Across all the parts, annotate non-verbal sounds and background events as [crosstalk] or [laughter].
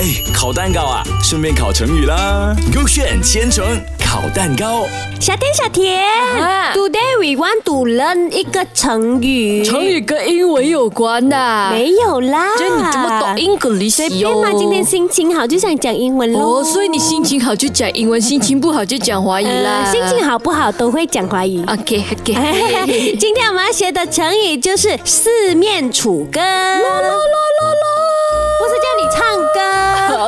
哎，烤蛋糕啊，顺便烤成语啦。勾选千层烤蛋糕，小天，小田、啊 t o d a y we want to learn 一个成语。成语跟英文有关的、没有啊啦，这你怎么懂 English 随便哟嘛，今天心情好就想讲英文喽。哦，所以你心情好就讲英文，心情不好就讲华语啦。呃心情好不好都会讲华语。 ，OK OK。 [laughs] 今天我们要学的成语就是四面楚歌。不是叫你唱歌。 [laughs]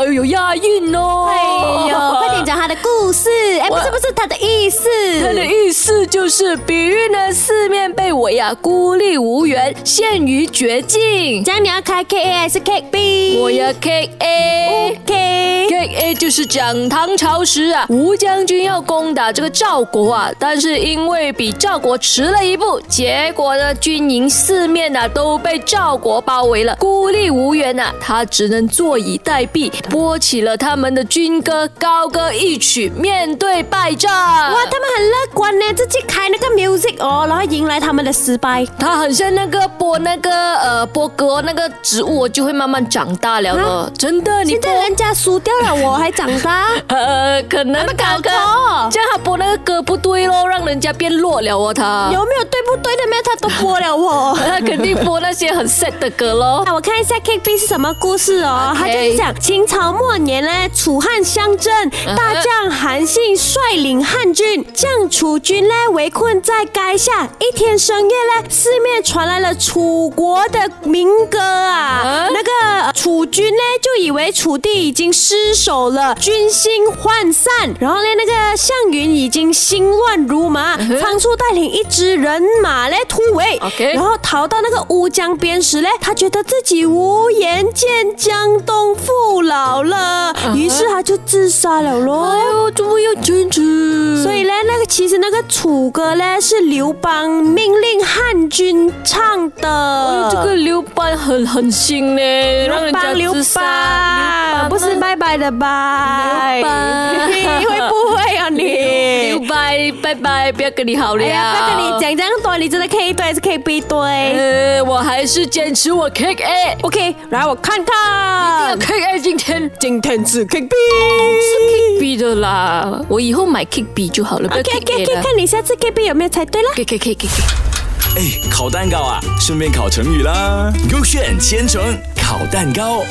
哎呦，押韵哦！哎呦，快点讲他的故事。哎，不是不是，他的意思。它的意思就是，比喻呢四面被围呀、孤立无援，陷于绝境。这样你要开 K A 还是 K B？我要 K 哦 A。 K。 K A 哎就是讲唐朝时啊，吴将军要攻打这个赵国啊，但是因为比赵国迟了一步，结果呢，军营四面呢、啊、都被赵国包围了，孤立无援呐、啊，他只能坐以待毙，播起了他们的军歌，高歌一曲，面对败仗。哇，他们很乐观呢，自己开那个 music 哦，然后迎来他们的失败。它很像那个播那个呃播歌那个植物，就会慢慢长大了的，真的。你啊现播在人家输掉了，我还长大。呃可能搞歌错这样它播那个歌不对咯，让人家变弱了哦它。有没有对不对的没有？他都播了我。它肯定播那些很 sad 的歌咯。啊，我看一下 K B 是什么故事哦。 OK 他就是讲清朝末年呢，楚汉相争，嗯大将韩信率领汉军将楚军呢围困在垓下。一天深夜呢，四面传来了楚国的民歌啊啊。那个呃楚军呢就以为楚地已经失守了，军心涣散。然后呢，那个项羽已经心乱如麻，嗯仓促带领一支人马来突围。 OK 然后。然后逃到那个乌江边时嘞，他觉得自己无颜见江东父老了，于是他就自杀了啊哎咯。呦，怎么又君子？所以嘞，那个其实那个楚歌嘞是刘邦命令汉军唱的。哎这个刘邦很狠心呢，让刘人家邦，刘自杀。邦，不是拜拜的拜。刘邦 [laughs] 你会不会啊刘你？邦，拜拜，不要跟你好了。哎呀，不要跟你讲这样多，你真的 K 对还是 K B 对呃，我还是坚持我 K A。 ？OK，来我看看。 K A 今天今天是 K B。嗯 B 的啦，我以后买 K B 就好了，不要 OK K OK A OK，了。啊看你下次 K B 有没有猜对啦。 K K K K 哎，烤蛋糕啊，顺便烤成语啦。勾选千层烤蛋糕。